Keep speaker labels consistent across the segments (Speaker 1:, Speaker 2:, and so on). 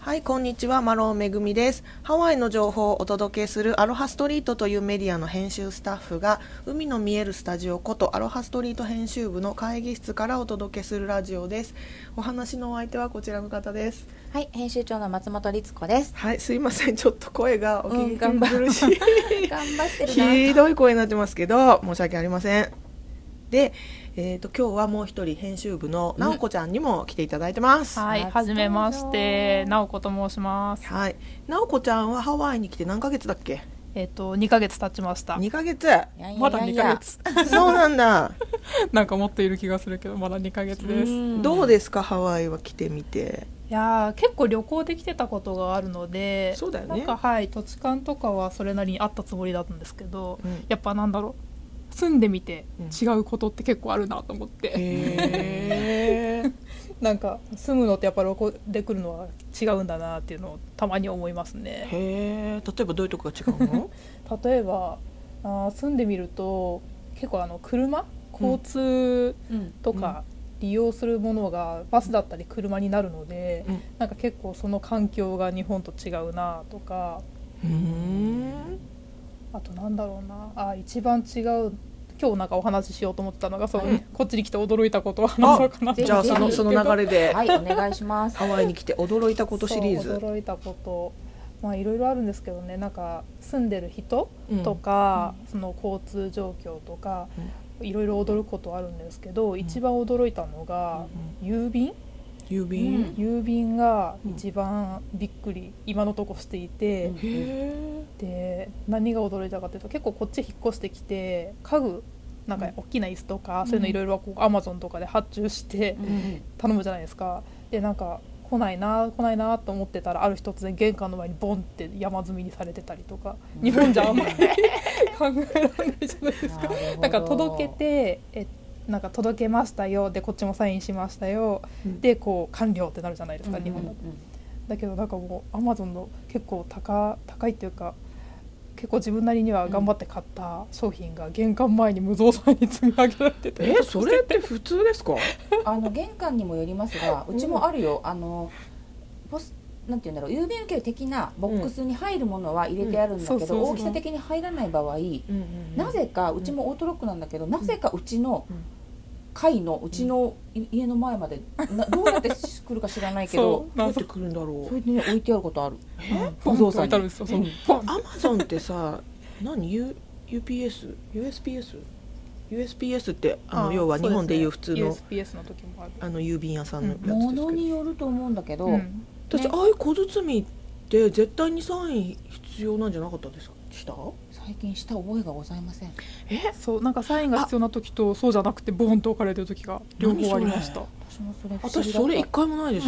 Speaker 1: はい、こんにちは、マロンめぐみです。ハワイの情報をお届けするアロハストリートというメディアの編集スタッフが、海の見えるスタジオことアロハストリート編集部の会議室からお届けするラジオです。お話のお相手はこちらの方です。
Speaker 2: はい、編集長の松本律子です。
Speaker 1: はい、すいません、ちょっと声がお
Speaker 2: う
Speaker 1: 聞
Speaker 2: ん
Speaker 1: き
Speaker 2: 頑張る
Speaker 1: 苦しい。
Speaker 2: 頑張って
Speaker 1: ひ
Speaker 2: るな。
Speaker 1: どい声になってますけど申し訳ありませんで、えー、と今日はもう一人編集部の直子ちゃんにも来ていただいてます、は
Speaker 3: はい、は
Speaker 2: 初登場
Speaker 3: じめまして、なおこと申します。
Speaker 1: い直子ちゃんはハワイに来て何ヶ月だっけ
Speaker 3: えっ、と、二ヶ月経ちました。
Speaker 1: 2ヶ月
Speaker 2: いやいやいやいや
Speaker 3: まだ二ヶ月。
Speaker 1: そうなんだ
Speaker 3: なんか持っている気がするけど、まだ二ヶ月です。い
Speaker 2: ん
Speaker 1: どうですかハワイは来てみて
Speaker 3: やー、結構旅行できてたことがあるので。
Speaker 1: そうだよね
Speaker 3: なんか、はい、土地勘とかはそれなりにあったつもりだったんですけど、
Speaker 1: うん
Speaker 3: やっぱなんだろう。住んでみて
Speaker 1: うん、
Speaker 3: 違うことって結構あるなと思って。
Speaker 1: へー
Speaker 3: なんか、住むのってやっぱ旅行で来るのは違うんだなっていうのを、たまに思いますね。
Speaker 1: へー例えばどういうとこが違うの
Speaker 3: 例えばあー住んでみると結構あの車交通
Speaker 2: うん。
Speaker 3: とか利用するものがバスだったり車になるので、
Speaker 1: うん
Speaker 3: なんか結構その環境が日本と違うなとか
Speaker 1: うーん
Speaker 3: あとなんだろうなあー一番違う今日なんかお話ししようと思ってたのがそう、
Speaker 1: うん
Speaker 3: こっちに来て驚いたことを話そうかなと
Speaker 2: ぜひ
Speaker 1: じゃあ
Speaker 2: ぜ
Speaker 1: そ
Speaker 2: ひ
Speaker 1: のその流れで
Speaker 2: はい、お願いします。
Speaker 1: ハワイに来て驚いたことシリー
Speaker 3: そう
Speaker 1: ズ
Speaker 3: 驚いたことまあいろいろあるんですけどねなんか住んでる人
Speaker 1: うん
Speaker 3: とか、その交通状況とか、いろいろ驚くことあるんですけど、一番驚いたのが、郵便
Speaker 1: 郵便、
Speaker 2: うん
Speaker 3: 郵便が一番びっくり、今のとこしていて、
Speaker 2: うん
Speaker 1: へ
Speaker 3: で何が驚いたかというと結構こっち引っ越してきて家具なんか大きな椅子とか、そういうのいろいろこうアマゾンとかで発注して
Speaker 2: うん
Speaker 3: 頼むじゃないですか。でなんか来ないな来ないなと思ってたらある日突然玄関の前にボンって山積みにされてたりとか日本じゃあんまり考えられない じゃないですか。なんか届け。てえなんか届けましたよでこっちもサインしましたよ、
Speaker 1: うん
Speaker 3: でこう完了ってなるじゃないですか、日本だと
Speaker 2: うん
Speaker 3: だけどなんかもうアマゾンの結構高高いっていうか結構自分なりには頑張って買った商品が玄関前に無造作に積み上げられてて
Speaker 1: えそれって普通ですか
Speaker 2: あの玄関にもよりますが、うちもあるよ。あのポスなんて言うんだろう、郵便受け的なボックスに入るものは入れてあるんだ
Speaker 3: うん
Speaker 2: け
Speaker 3: そう
Speaker 2: ど、
Speaker 3: そうそう
Speaker 2: 大きさ的に入らない場合、なぜかうちもオートロックなんだけど、なぜかうちの
Speaker 1: うん
Speaker 2: 階のうちのい家の前までなどうやって来るか知らないけど
Speaker 3: そ。
Speaker 1: どうや
Speaker 3: うな
Speaker 1: っ
Speaker 3: んか
Speaker 1: てくるんだろ
Speaker 2: そうれでね置いてあることある。
Speaker 1: え
Speaker 2: 不動産に
Speaker 3: ポンって置いてあるんですよそう
Speaker 2: うん
Speaker 1: アマゾンってさ何 U UPS USPS USPS ってあの要は日本でいう普通の、
Speaker 3: そうですね USPS の時もある
Speaker 1: あの郵便屋さんのやつですけど、
Speaker 2: ものによると思うんだけど、
Speaker 3: うん
Speaker 1: 私
Speaker 2: ね
Speaker 1: ああいう小包みって絶対にサイン必要なんじゃなかったんですかした
Speaker 2: 最近した覚えがございません
Speaker 1: え
Speaker 3: そうなんかサインが必要な時とそうじゃなくてボンと置かれてる時が両方ありました
Speaker 2: 私もそれ不思
Speaker 1: 私
Speaker 2: 議だっ
Speaker 1: そ
Speaker 2: た
Speaker 1: れ一回もないです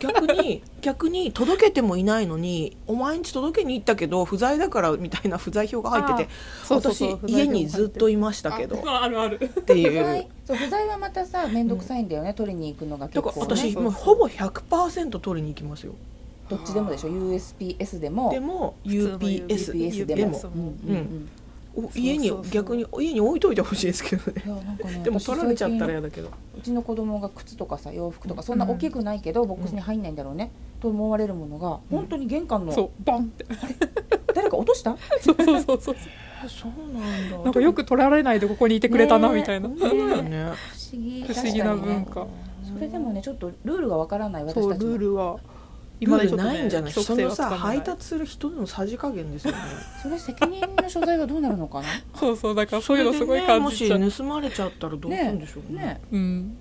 Speaker 1: 逆 に逆に届けてもいないのにお前んち届けに行ったけど不在だからみたいな不在票が入ってて
Speaker 3: そうそうそう
Speaker 1: 私家にずっと
Speaker 3: い
Speaker 1: いましたけど
Speaker 3: ああるある
Speaker 1: って
Speaker 2: 不
Speaker 1: い
Speaker 2: 在
Speaker 1: う
Speaker 2: そう不在はまたさ面倒くさいんだよね、取りに行くの
Speaker 1: だ
Speaker 2: が結
Speaker 1: か
Speaker 2: 構、
Speaker 1: ら
Speaker 2: ね、
Speaker 1: 私
Speaker 3: そうそう
Speaker 1: もうほぼ100%取りに行きますよ
Speaker 2: どっちでもでしょ USPS でも
Speaker 1: でも
Speaker 3: 通の
Speaker 1: UPS
Speaker 2: UPS で
Speaker 1: で
Speaker 2: も
Speaker 1: も
Speaker 3: も
Speaker 2: うんうん
Speaker 1: お家に
Speaker 3: そうそうそう
Speaker 1: 逆に家に置いといてほしいですけどね
Speaker 2: うんいやなんかね
Speaker 1: でも
Speaker 2: 私
Speaker 1: 取られちゃったら
Speaker 2: 最
Speaker 1: 嫌だけど
Speaker 2: 近うちの子供が靴とかさ洋服とかそんな大きくないけど、ボックスに入んないんだろうねと思われるものが本当に玄関の、
Speaker 3: そうボンって
Speaker 2: 誰か落とした
Speaker 3: そう そうそうそう
Speaker 1: そうなんだ
Speaker 3: なんかよく取られないでここにいてくれたな
Speaker 2: ねえ
Speaker 3: みたいな、
Speaker 2: ね
Speaker 1: そうだよね
Speaker 2: 不思議
Speaker 3: 不思議
Speaker 2: 確
Speaker 3: な
Speaker 2: かに
Speaker 3: 文
Speaker 2: ね
Speaker 3: 化、
Speaker 2: それでもねちょっとルールがわからない私たち
Speaker 3: そ
Speaker 2: も
Speaker 3: うルールは
Speaker 1: ルー
Speaker 3: で
Speaker 1: ルないんじゃない
Speaker 3: 規
Speaker 1: そ
Speaker 3: 則性
Speaker 1: の
Speaker 3: はつか
Speaker 1: さ
Speaker 3: ない
Speaker 1: 配達する人のさじ加減ですよね
Speaker 2: それ責任の所在はどうなるのかな
Speaker 3: そうそうだからそういうのすご
Speaker 1: それ
Speaker 3: い
Speaker 1: でね
Speaker 3: 感
Speaker 1: も
Speaker 3: じちゃう、
Speaker 1: し盗まれちゃったら どうするんでしょうね
Speaker 2: ね
Speaker 3: うん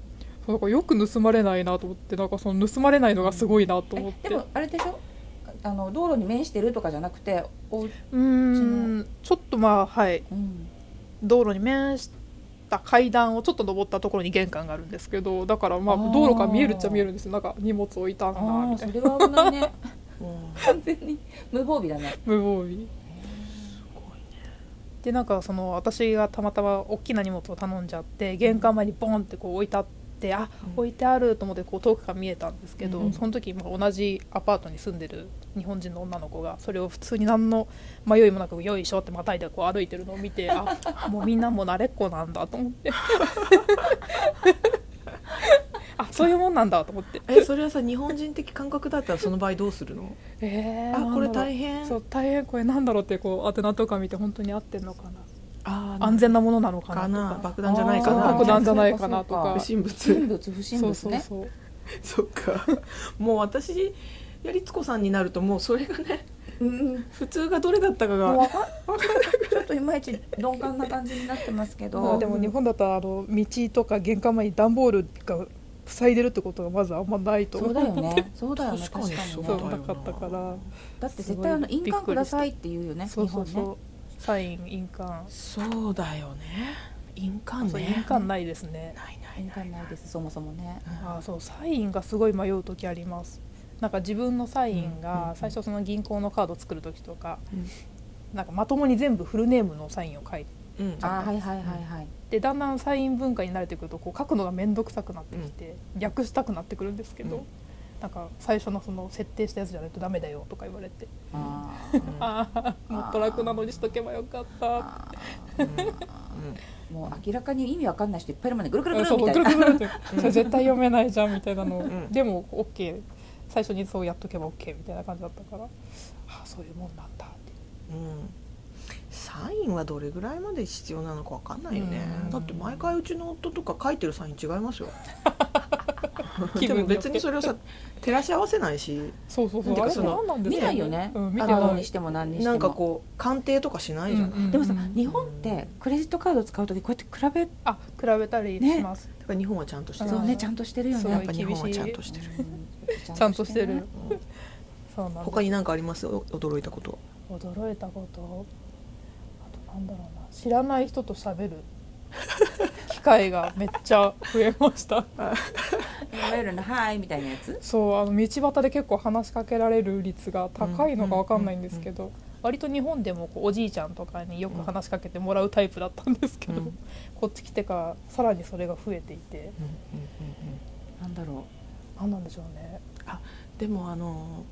Speaker 3: そうだからよく盗まれないなと思ってなんかその盗まれないのがすごいなと思っ
Speaker 2: え
Speaker 3: て
Speaker 2: でもあれでしょあの道路に面してるとかじゃなくておう、
Speaker 3: うーんちょっとまあはい
Speaker 2: うん、
Speaker 3: 道路に面した階段をちょっと登ったところに玄関があるんですけどだからまあ
Speaker 2: あー
Speaker 3: 道路が見えるっちゃ見えるんですよなんか荷物置いたんだ
Speaker 2: あ
Speaker 3: み
Speaker 2: あそ
Speaker 3: たいな
Speaker 2: れは危な いね
Speaker 1: うん
Speaker 2: 完全に無防備だね
Speaker 3: 無防備でなんかその私がたまたま大きな荷物を頼んじゃって玄関前にボンってこう置いてあってあ
Speaker 1: うん
Speaker 3: 置いてあると思ってこう遠くから見えたんですけど、
Speaker 1: うん
Speaker 3: その時まあ同じアパートに住んでる日本人の女の子がそれを普通に何の迷いもなく「よいしょ」ってまたいでこう歩いてるのを見 てあもうみんなもう慣れっこなんだと思ってあそういうもんなんだと思って
Speaker 1: えそれはさ日本人的感覚だったらその場合どうするの
Speaker 3: え
Speaker 1: あこれ大
Speaker 3: 変
Speaker 1: 変
Speaker 3: そう大変これなんだろうってこうアテナとか見て本当に合ってんのかな
Speaker 1: あー
Speaker 3: 安全なものなのかな
Speaker 1: か
Speaker 3: と
Speaker 1: な
Speaker 3: か
Speaker 1: 爆弾じゃないか
Speaker 3: そう
Speaker 1: な
Speaker 3: 爆弾じゃないかなと
Speaker 2: そう
Speaker 3: か
Speaker 1: 不審
Speaker 2: 不
Speaker 1: 物
Speaker 2: 審物不審
Speaker 3: そう
Speaker 2: 物
Speaker 3: そう
Speaker 2: ね
Speaker 3: そう
Speaker 1: そっかもう私やりつこさんになるともうそれがね
Speaker 2: うん
Speaker 1: 普通がどれだったか
Speaker 2: もう
Speaker 1: が
Speaker 2: わかんちょっといまいち鈍感な感じになってますけ
Speaker 3: まあ
Speaker 2: ど
Speaker 3: でも日本だとあの道とか玄関前に段ボールが塞いでるってことがまずあんまないと
Speaker 2: そ
Speaker 3: 思
Speaker 2: う
Speaker 3: う
Speaker 2: だよねそうだよね
Speaker 1: 確か
Speaker 2: 確
Speaker 1: に
Speaker 2: かに
Speaker 1: そ
Speaker 3: そうう
Speaker 1: だよ
Speaker 2: ね
Speaker 3: なかったから
Speaker 2: だって絶対あの印鑑くださいって言うよね
Speaker 3: そう
Speaker 2: 日
Speaker 3: そ
Speaker 2: 本
Speaker 3: うそう、
Speaker 2: ね
Speaker 3: サイン印鑑
Speaker 1: そうだよね印鑑
Speaker 3: そう
Speaker 1: ね
Speaker 3: 印鑑ないですね
Speaker 1: ないない
Speaker 2: 印
Speaker 1: ない
Speaker 2: 鑑ないですそもそもね
Speaker 3: あーそうサインがすごい迷う時ありますなんか自分のサイン
Speaker 1: うんうん
Speaker 3: が最初その銀行のカード作る時とか、
Speaker 1: うん
Speaker 3: なんかまともに全部フルネームのサインを書いて
Speaker 1: うん
Speaker 2: あーはいはいはいはい
Speaker 3: でだんだんサイン文化に慣れてくるとこう書くのが面倒くさくなってきて、略したくなってくるんですけど、
Speaker 1: うん
Speaker 3: なんか最初のその設定したやつじゃないとダメだよとか言われて、
Speaker 2: あー
Speaker 3: ああもっと楽なのにしとけばよかった
Speaker 2: あ
Speaker 1: う
Speaker 2: ー
Speaker 1: ん
Speaker 2: もう明らかに意味わかんない人いっぱいいるもんねぐるぐるぐ
Speaker 3: あ
Speaker 2: る
Speaker 3: そう
Speaker 2: み
Speaker 3: ぐ
Speaker 2: たい
Speaker 3: る
Speaker 2: な
Speaker 3: ぐるってそれ絶対読めないじゃんみたいなの、
Speaker 1: ん
Speaker 3: でも OK 最初にそうやっとけば OK みたいな感じだったからあそういうもんなんだって
Speaker 1: うんサインはどれぐらいまで必要なのかわかんないよね
Speaker 3: うん
Speaker 1: だって毎回うちの夫とか書いてるサイン違いますよ
Speaker 3: 気
Speaker 1: で
Speaker 3: 分
Speaker 1: も
Speaker 3: によっ
Speaker 1: 別
Speaker 3: て
Speaker 1: にそれをさ照らし合わせないし
Speaker 3: そうそうそう
Speaker 1: なん
Speaker 3: あ
Speaker 1: か
Speaker 3: れ
Speaker 1: そ
Speaker 3: そ
Speaker 1: の
Speaker 3: 何なんです
Speaker 2: 見
Speaker 3: か
Speaker 2: ないよね
Speaker 3: うん見
Speaker 2: カ
Speaker 3: てない
Speaker 2: ードにしても何にしても
Speaker 1: なんかこう鑑定とかしないじゃない、
Speaker 3: うん
Speaker 2: でもさ
Speaker 3: うん
Speaker 2: 日本ってクレジットカード使う時こうやって比
Speaker 3: あ比べたりします、
Speaker 1: だから日本はちゃんとして
Speaker 2: べ
Speaker 1: る
Speaker 2: そう
Speaker 3: うん
Speaker 2: ねちゃんとしてるよ
Speaker 3: す
Speaker 2: ね
Speaker 3: ごい
Speaker 1: やっ
Speaker 2: やっ
Speaker 1: ぱ
Speaker 2: ぱ
Speaker 1: 日本は
Speaker 3: 厳し
Speaker 1: ち
Speaker 3: い
Speaker 1: ゃんとしてる、
Speaker 2: うん
Speaker 3: ちゃんとして る
Speaker 1: うん
Speaker 3: そうなん
Speaker 1: 他
Speaker 3: です
Speaker 1: に何かありますお驚いたこと
Speaker 3: 驚いたことあとなんだろうな知らない人と喋る機会がめっちゃ増えまし
Speaker 2: い
Speaker 3: た
Speaker 2: わゆるの「はい」みたいなやつ
Speaker 3: そうあの道端で結構話しかけられる率が高いのかわかんないんですけど割と日本でもこうおじいちゃんとかによく話しかけてもらうタイプだったんですけど、
Speaker 1: うん
Speaker 3: こっち来てからさらにそれが増えていて
Speaker 2: なんだろ
Speaker 3: 何なんでしょうね
Speaker 1: でもあの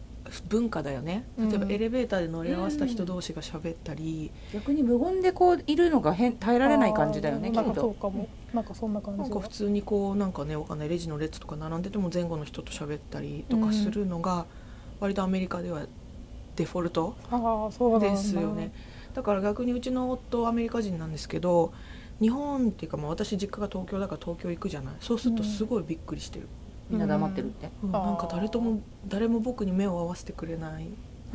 Speaker 1: 文化だよね
Speaker 3: うん
Speaker 1: 例えばエレベーターで乗り合わせた人同士が喋ったり、
Speaker 2: う逆に無言でこういるのが変耐えられない感じだよね
Speaker 3: あ
Speaker 2: き
Speaker 3: ーなん
Speaker 2: っ
Speaker 3: かそう
Speaker 2: と
Speaker 3: かもなんかそんな感じ
Speaker 1: なんか普通にこうなんかねわかんないレジの列とか並んでても前後の人と喋ったりとかするのが割とアメリカではデフォルト
Speaker 3: ああそうなんだ
Speaker 1: ですよねだから逆にうちの夫アメリカ人なんですけど日本っていうかまあ私実家が東京だから東京行くじゃないそうするとすごいびっくりしてる、
Speaker 2: みんな黙ってるって
Speaker 1: うん
Speaker 3: あー
Speaker 1: なんか誰とも誰も僕に目を合わせてくれない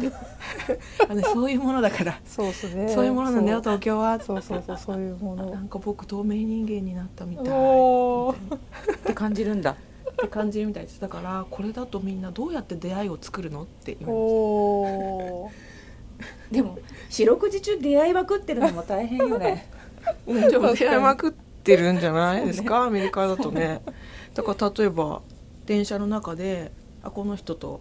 Speaker 1: あ、ね、そういうものだから
Speaker 3: そうですね
Speaker 1: そういうものなんだよ
Speaker 3: そう
Speaker 1: 東京は
Speaker 3: そうそうそうそういうもの
Speaker 1: なんか僕透明人間になったみたい
Speaker 3: おー
Speaker 1: みたいな
Speaker 2: って感じるんだ
Speaker 1: って感じみたいですだからこれだとみんなどうやって出会いを作るのって言われ
Speaker 3: おー
Speaker 2: でも四六時中出会いまくってるのも大変よね
Speaker 1: ましたでも出会いまくってるんじゃないですか、アメリカだとねだから例えば電車の中であこの人と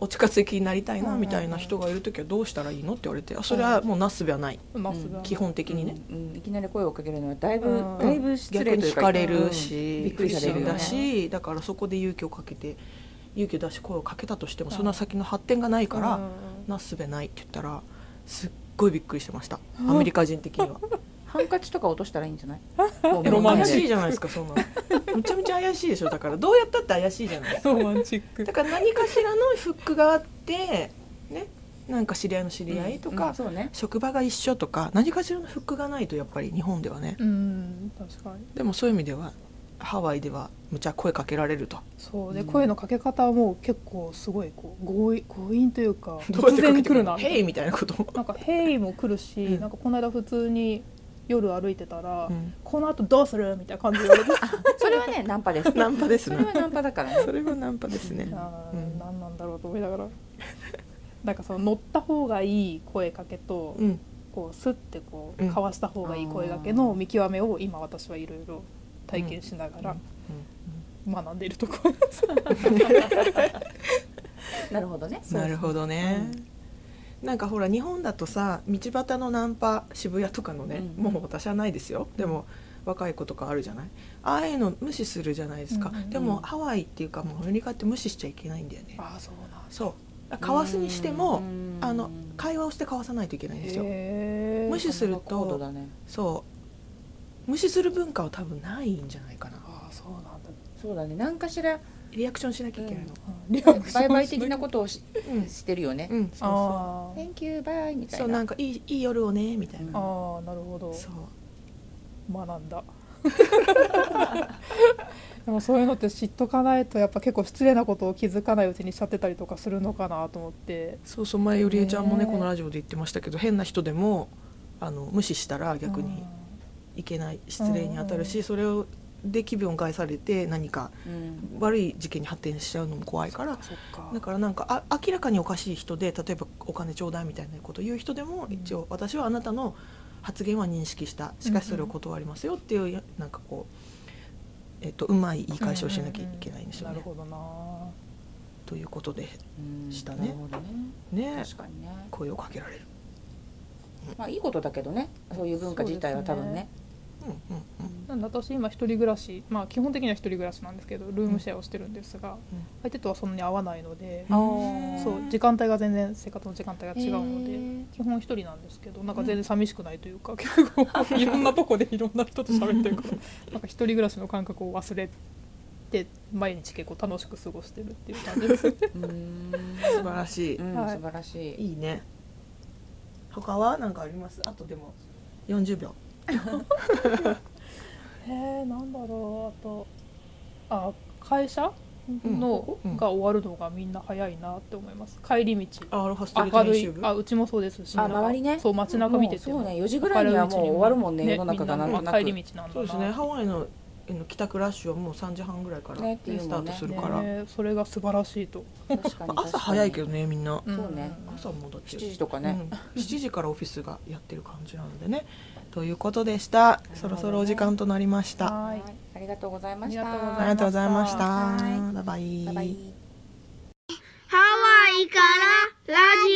Speaker 1: お近づきになりたいなみたいな人がいる時はどうしたらいいのって言われてあそれはもうなすすべはない
Speaker 3: ナスが
Speaker 1: 基本的にね、
Speaker 2: うん、うんいきなり声をかけるのはだいぶ、
Speaker 3: うん
Speaker 2: だいぶ失
Speaker 1: 逆
Speaker 2: 礼
Speaker 1: に
Speaker 2: という
Speaker 1: 惹
Speaker 2: か
Speaker 1: かれるし、
Speaker 2: うんびっくりされるよね
Speaker 1: だしだからそこで勇気をかけて勇気を出し声をかけたとしてもそんな先の発展がないから、
Speaker 3: うん
Speaker 1: なすべないって言ったらすっごいびっくりしてましたアメリカ人的に は
Speaker 2: ハンカチとか落としたらいいんじゃない
Speaker 1: え
Speaker 3: ロマン
Speaker 1: 怪
Speaker 3: チッ
Speaker 1: しい
Speaker 2: い
Speaker 1: じゃないですかそんなのめちゃめちゃ怪しいでしょだからどうやったって怪しいじゃないですか
Speaker 3: ロマンチック
Speaker 1: だから何かしらのフックがあってねなんか知り合いの知り合いとか、
Speaker 2: そうね
Speaker 1: 職場が一緒とか何かしらのフックがないとやっぱり日本ではね
Speaker 3: うん確かに
Speaker 1: でもそういう意味ではハワイではむちゃ声かけられると
Speaker 3: そうで、
Speaker 2: うん
Speaker 3: 声のかけ方はもう結構すごいこう強引強引というか
Speaker 1: どうやっ
Speaker 3: 突
Speaker 1: てか
Speaker 3: 然
Speaker 1: けて
Speaker 3: 来
Speaker 1: く
Speaker 3: る
Speaker 1: る
Speaker 3: な
Speaker 1: の「
Speaker 3: みたい
Speaker 1: ヘイ!」みたいなこと
Speaker 3: ななんか「ヘイ!」も来るし、
Speaker 1: うん
Speaker 3: なんかこの間普通に夜歩いてたら「
Speaker 1: うん
Speaker 3: この後どうする?」みたいな感じで言われ て
Speaker 2: それはねナンパです
Speaker 1: ナンパです
Speaker 2: それ
Speaker 1: ね
Speaker 2: はナンパだからね
Speaker 1: それはナンパですね
Speaker 3: あ
Speaker 1: う
Speaker 3: ー
Speaker 1: ん
Speaker 3: 何なんだろうと思いながらなんかその乗った方がいい声かけと、
Speaker 1: うん
Speaker 3: こうスッてこ
Speaker 1: う
Speaker 3: うんかわした方がいい声かけの見極めを今私はいろいろ体験しながら学んでいるところです。
Speaker 2: なるほどね
Speaker 1: なるほどね、なんかほら日本だとさ道端のナンパ渋谷とかのね、
Speaker 2: うん
Speaker 1: もう私はないですよでも若い子とかあるじゃないああいうの無視するじゃないですか、
Speaker 3: うんうんうん
Speaker 1: でもハワイっていうかもうアメリカって無視しちゃいけないんだよね
Speaker 3: ああそうなん
Speaker 1: そうかわすにしても
Speaker 2: うん
Speaker 1: あの会話をしてかわさないといけないんですよ
Speaker 3: へー
Speaker 1: 無視すると
Speaker 2: 高度だね
Speaker 1: そう無視する文化は多分ないんじゃないかな
Speaker 3: ああそうなんだ
Speaker 2: そうだね何かしら
Speaker 1: リアクションしなきゃいけないの。
Speaker 3: リアクションしなき
Speaker 2: 売
Speaker 3: ゃ
Speaker 2: 買的なことをし
Speaker 1: うん、
Speaker 2: してるよね
Speaker 1: うん、そうそ
Speaker 2: 「
Speaker 3: あー
Speaker 2: Thank you bye」み
Speaker 1: う。
Speaker 2: た
Speaker 1: そ
Speaker 2: いう
Speaker 1: な
Speaker 2: なん
Speaker 1: かいいいい夜をねみたいな。
Speaker 3: あーなるほど
Speaker 1: そう。
Speaker 3: 学んだでもそういうのって知っとかないとやっぱ結構失礼なことを気づかないうちにしちゃってたりとかするのかなと思って
Speaker 1: そうそう前ゆりえちゃんもね
Speaker 3: ねえ
Speaker 1: このラジオで言ってましたけど変な人でもあの無視したら逆にいけない失礼に当たるしそれをで気分を害されて何か
Speaker 2: うん
Speaker 1: 悪い事件に発展しちゃうのも怖いから
Speaker 2: そっか
Speaker 1: だからなんかあ明らかにおかしい人で例えばお金ちょうだいみたいなことを言う人でも
Speaker 3: うん
Speaker 1: 一応私はあなたの発言は認識したしかしそれを断りますよっていうなんかこう、えっとうまい言い返しをしなきゃいけないんですよ
Speaker 3: う
Speaker 1: ね
Speaker 3: う。うんなるほ
Speaker 1: ということで
Speaker 2: うん
Speaker 1: したね
Speaker 2: なるほどね
Speaker 1: ね
Speaker 2: 確かにね
Speaker 1: 声をかけられる。
Speaker 2: まあいいことだけどねそういう文化自体は多分ね
Speaker 1: うんうんうん
Speaker 3: どななんだ私今一人暮らしまあ基本的には一人暮らしなんですけどルームシェアをしてるんですが、
Speaker 1: うん
Speaker 3: 相手とはそんなに合わないので、
Speaker 1: あ
Speaker 2: ー
Speaker 3: そう時間帯が全然生活の時間帯が違うので、
Speaker 2: へー
Speaker 3: 基本一人なんですけどなんか全然寂しくないというか、 結構いろんなとこでいろんな人と喋ってるからなんか一人暮らしの感覚を忘れて毎日結構楽しく過ごしてるっていう感じです
Speaker 2: うーん
Speaker 1: 素晴らしい
Speaker 2: うん
Speaker 3: はい
Speaker 2: 素晴らしい
Speaker 1: いいね他は何かありますあとでも40秒
Speaker 3: へえなんだろうあとあ会社の、
Speaker 1: うん
Speaker 3: が終わるのがみんな早いなって思います帰り道
Speaker 1: あアロハストリート
Speaker 3: 明る
Speaker 1: 編集
Speaker 3: い
Speaker 1: 部
Speaker 3: あうちもそうですし
Speaker 2: あ
Speaker 3: なんか
Speaker 2: 周りね
Speaker 3: そう街中見てて
Speaker 2: もうそう
Speaker 3: ね
Speaker 2: ね4時ぐらいにはもう終わるもんね世の中がなんと
Speaker 3: みん
Speaker 2: な
Speaker 3: な
Speaker 2: く
Speaker 3: 帰り道なんだな
Speaker 1: そうですねハワイのあの帰宅ラッシュはもう3時半ぐらいから、
Speaker 2: ねっていうもんね
Speaker 1: スタートするから、
Speaker 3: ねそれが素晴らしいと、
Speaker 2: 確かに
Speaker 1: まあ朝早いけどねみんな、
Speaker 3: ん
Speaker 2: そうね
Speaker 1: 朝もだって
Speaker 2: 7時とかね、
Speaker 1: うん7時からオフィスがやってる感じなのでねということでした
Speaker 2: ほどね
Speaker 1: そろそろお時間となりました
Speaker 3: はい
Speaker 2: はいありがとうございました
Speaker 3: ありがとうご
Speaker 1: ありがとうございました
Speaker 2: はい
Speaker 1: バイ
Speaker 2: バイバイ
Speaker 4: ハワイからラジ